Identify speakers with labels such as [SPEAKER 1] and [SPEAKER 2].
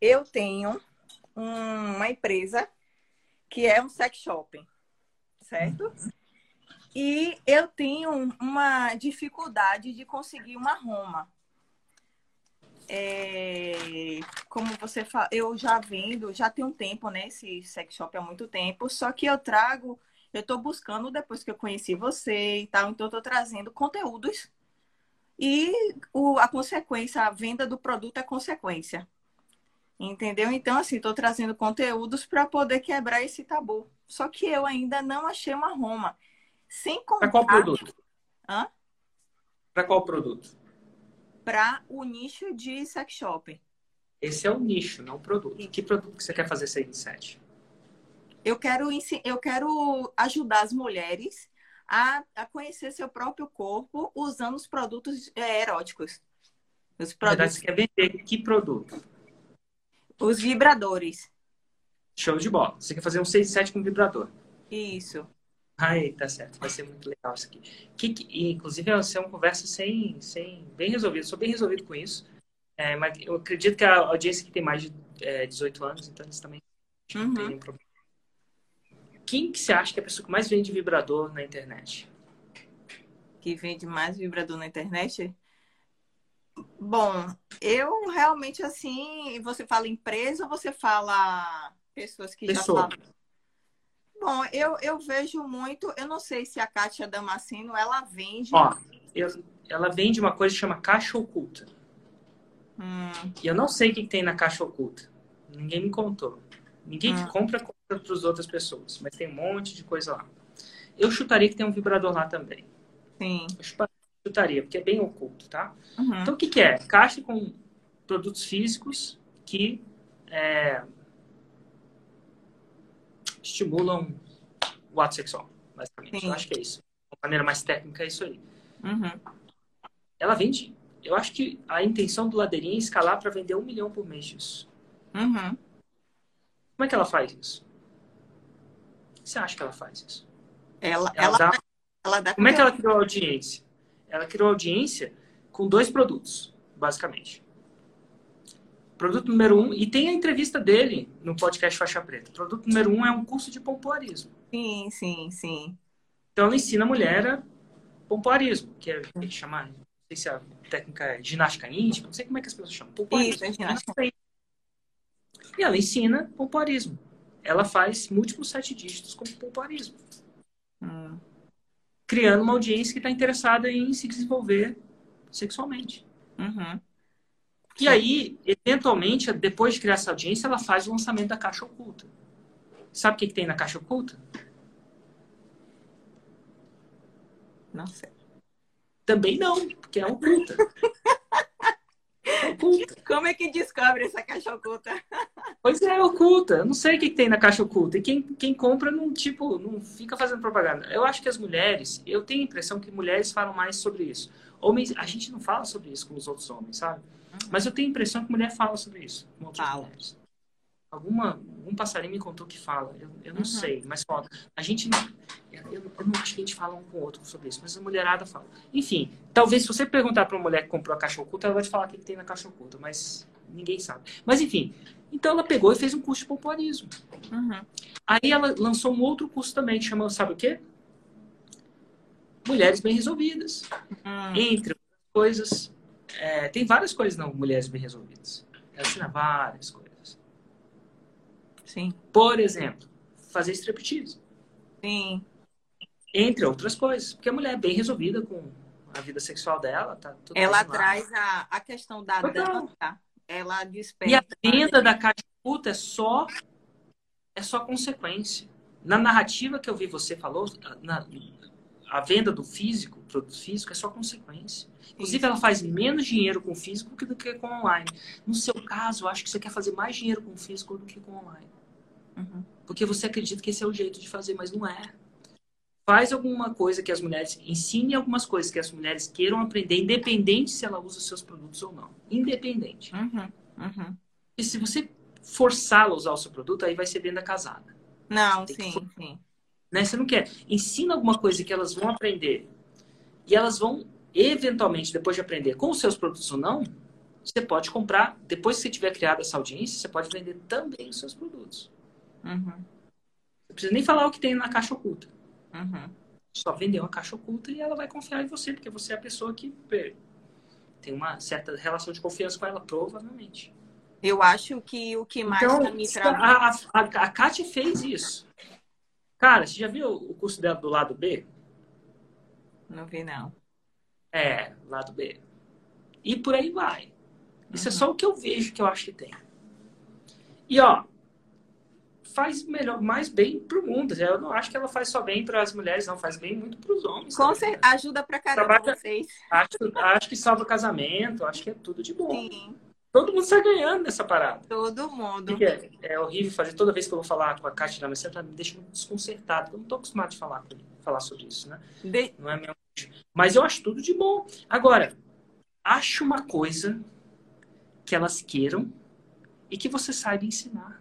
[SPEAKER 1] eu tenho um- uma empresa que é um sex shopping, certo? E eu tenho uma dificuldade de conseguir uma Roma. É, como você fala, eu já vendo, já tem um tempo, né? Esse sex shop há muito tempo, só que eu trago, eu tô buscando depois que eu conheci você e tal, então eu tô trazendo conteúdos e o- a consequência, a venda do produto é consequência. Entendeu? Então, assim, estou trazendo conteúdos para poder quebrar esse tabu. Só que eu ainda não achei uma Roma. Sem
[SPEAKER 2] Para qual
[SPEAKER 1] contar
[SPEAKER 2] produto?
[SPEAKER 1] Hã?
[SPEAKER 2] Para qual produto?
[SPEAKER 1] para o nicho de sex shop.
[SPEAKER 2] Esse é o nicho, não o produto. Que produto que você quer fazer 6 em 7?
[SPEAKER 1] Eu quero, ensi- eu quero ajudar as mulheres a, a conhecer seu próprio corpo usando os produtos é, eróticos. Os
[SPEAKER 2] Na verdade,
[SPEAKER 1] produtos,
[SPEAKER 2] você quer vender que produto?
[SPEAKER 1] os vibradores.
[SPEAKER 2] Show de bola. Você quer fazer um 6 em 7 com vibrador.
[SPEAKER 1] Isso.
[SPEAKER 2] Ai, tá certo. Vai ser muito legal isso aqui. Que, que- e, inclusive, vai ser uma conversa sem, sem, bem resolvida. Sou bem resolvido com isso. É, mas eu acredito que a audiência que tem mais de é, 18 anos, então eles também não
[SPEAKER 1] Uhum.
[SPEAKER 2] tem nenhum problema. Quem que você acha que é a pessoa que mais vende vibrador na internet?
[SPEAKER 1] que vende mais vibrador na internet? Bom, eu realmente assim, você fala empresa ou você fala pessoas que
[SPEAKER 2] Pessoa.
[SPEAKER 1] já falam? Bom, eu, eu vejo muito, eu não sei se a Kátia Damasceno, ela vende.
[SPEAKER 2] Ó, eu- ela vende uma coisa que chama caixa oculta.
[SPEAKER 1] Hum,
[SPEAKER 2] E eu não sei o que que tem na caixa oculta. Ninguém me contou. Ninguém
[SPEAKER 1] Ah.
[SPEAKER 2] que compra, compra para as outras pessoas. Mas tem um monte de coisa lá. Eu chutaria que tem um vibrador lá também.
[SPEAKER 1] sim.
[SPEAKER 2] Eu chupa- chutaria, porque é bem oculto, tá?
[SPEAKER 1] Uhum.
[SPEAKER 2] Então, o que, que é? Caixa com produtos físicos que é, estimulam o ato sexual, basicamente.
[SPEAKER 1] Sim.
[SPEAKER 2] Eu acho que é isso. De maneira mais técnica, é isso aí.
[SPEAKER 1] Uhum.
[SPEAKER 2] Ela vende. Eu acho que a intenção do Ladeirinha é escalar para vender um milhão por mês disso.
[SPEAKER 1] Uhum.
[SPEAKER 2] Como é que ela faz isso? O que Você acha que ela faz isso?
[SPEAKER 1] Ela,
[SPEAKER 2] Ela
[SPEAKER 1] ela,
[SPEAKER 2] dá-
[SPEAKER 1] ela dá
[SPEAKER 2] Como é que ela criou audiência? Ela criou audiência com dois produtos, basicamente. Produto número um, e tem a entrevista dele no podcast Faixa Preta. Produto número um é um curso de pompoarismo.
[SPEAKER 1] Sim, sim, sim.
[SPEAKER 2] Então ela ensina a mulher a pompoarismo, que é o que chama, não sei se a técnica é ginástica íntima, não sei como é que as pessoas chamam. Pompoarismo.
[SPEAKER 1] Isso, a ginástica.
[SPEAKER 2] E ela ensina pompoarismo. Ela faz múltiplos sete dígitos como pompoarismo.
[SPEAKER 1] Hum,
[SPEAKER 2] criando uma audiência que está interessada em se desenvolver sexualmente.
[SPEAKER 1] Uhum.
[SPEAKER 2] E aí, eventualmente, depois de criar essa audiência, ela faz o lançamento da caixa oculta. Sabe o que, que tem na caixa oculta?
[SPEAKER 1] Não sei.
[SPEAKER 2] Também não, porque é oculta. É oculta.
[SPEAKER 1] Como é que descobre essa caixa oculta?
[SPEAKER 2] Pois é, é oculta. Eu não sei o que, que tem na caixa oculta. E quem, quem compra não, tipo, não fica fazendo propaganda. Eu acho que as mulheres, eu tenho a impressão que mulheres falam mais sobre isso. Homens, a gente não fala sobre isso com os outros homens, sabe? Mas eu tenho a impressão que mulher fala sobre isso com outras
[SPEAKER 1] Fala.
[SPEAKER 2] mulheres. Alguma, algum passarinho me contou que fala. Eu, eu não
[SPEAKER 1] Uhum.
[SPEAKER 2] sei, mas fala. A gente não. Eu, eu- eu não acho que a gente fala um com o outro sobre isso, mas a mulherada fala. Enfim, talvez se você perguntar para uma mulher que comprou a caixa oculta, ela vai te falar o que que tem na caixa oculta, mas ninguém sabe. Mas enfim, então ela pegou e fez um curso de pompoarismo.
[SPEAKER 1] Uhum.
[SPEAKER 2] Aí ela lançou um outro curso também, que chamou, sabe o quê? Mulheres Bem Resolvidas.
[SPEAKER 1] Hum,
[SPEAKER 2] Entre outras coisas, é, tem várias coisas não Mulheres Bem Resolvidas. Ela ensina várias coisas.
[SPEAKER 1] Sim,
[SPEAKER 2] Por exemplo, fazer striptease.
[SPEAKER 1] sim.
[SPEAKER 2] Entre outras coisas. Porque a mulher é bem resolvida com a vida sexual dela. Tá tudo
[SPEAKER 1] Ela
[SPEAKER 2] bem lá.
[SPEAKER 1] traz a, a questão da
[SPEAKER 2] Legal.
[SPEAKER 1] dança, ela
[SPEAKER 2] E a
[SPEAKER 1] desperta.
[SPEAKER 2] venda da caixa oculta é só, é só consequência. Na narrativa que eu vi você falou, na- a venda do físico, produto físico, é só consequência. Inclusive, ela faz menos dinheiro com o físico que- do que com o online. No seu caso, eu acho que você quer fazer mais dinheiro com o físico do que com o online.
[SPEAKER 1] Uhum.
[SPEAKER 2] Porque você acredita que esse é o jeito de fazer, mas não é. Faz alguma coisa que as mulheres ensine algumas coisas que as mulheres queiram aprender, independente se ela usa os seus produtos ou não. Independente.
[SPEAKER 1] Uhum, uhum.
[SPEAKER 2] E se você forçá-la a usar o seu produto, aí vai ser venda casada.
[SPEAKER 1] Não,
[SPEAKER 2] Tem que
[SPEAKER 1] sim,
[SPEAKER 2] for-
[SPEAKER 1] sim.
[SPEAKER 2] Né? Você não quer. Ensina alguma coisa que elas vão aprender. E elas vão, eventualmente, depois de aprender com os seus produtos ou não, Você pode comprar, depois que você tiver criado essa audiência, você pode vender também os seus produtos.
[SPEAKER 1] Uhum.
[SPEAKER 2] Não precisa nem falar o que tem na caixa oculta.
[SPEAKER 1] Uhum.
[SPEAKER 2] Só vender uma caixa oculta e ela vai confiar em você, porque você é a pessoa que pê, tem uma certa relação de confiança com ela, provavelmente.
[SPEAKER 1] Eu acho que o que mais
[SPEAKER 2] Então,
[SPEAKER 1] tá me
[SPEAKER 2] se
[SPEAKER 1] travando.
[SPEAKER 2] a, a, a, a Kátia fez isso. Cara, você já viu o curso dela do lado B? tá-
[SPEAKER 1] Não vi, não.
[SPEAKER 2] É, lado B. E por aí vai. Isso é
[SPEAKER 1] Uhum.
[SPEAKER 2] só o que eu vejo que eu acho que tem. E ó, faz melhor, mais bem pro mundo. Eu não acho que ela faz só bem para as mulheres, não, faz bem muito para os homens.
[SPEAKER 1] Com
[SPEAKER 2] também.
[SPEAKER 1] cer- Ajuda
[SPEAKER 2] Tá
[SPEAKER 1] pra caramba
[SPEAKER 2] Trabalha-
[SPEAKER 1] vocês.
[SPEAKER 2] Acho, acho que salva casamento, acho que é tudo de bom.
[SPEAKER 1] Sim,
[SPEAKER 2] Todo mundo sai ganhando nessa parada.
[SPEAKER 1] todo
[SPEAKER 2] O que
[SPEAKER 1] mundo.
[SPEAKER 2] que é? É horrível fazer toda vez que eu vou falar com a Kátia na minha sala, ela tá me deixa muito desconcertado. Eu não tô acostumado de falar, com- falar sobre isso, né?
[SPEAKER 1] De-
[SPEAKER 2] Não é meu. Mas eu acho tudo de bom. Agora, acho uma coisa que elas queiram e que você saiba ensinar.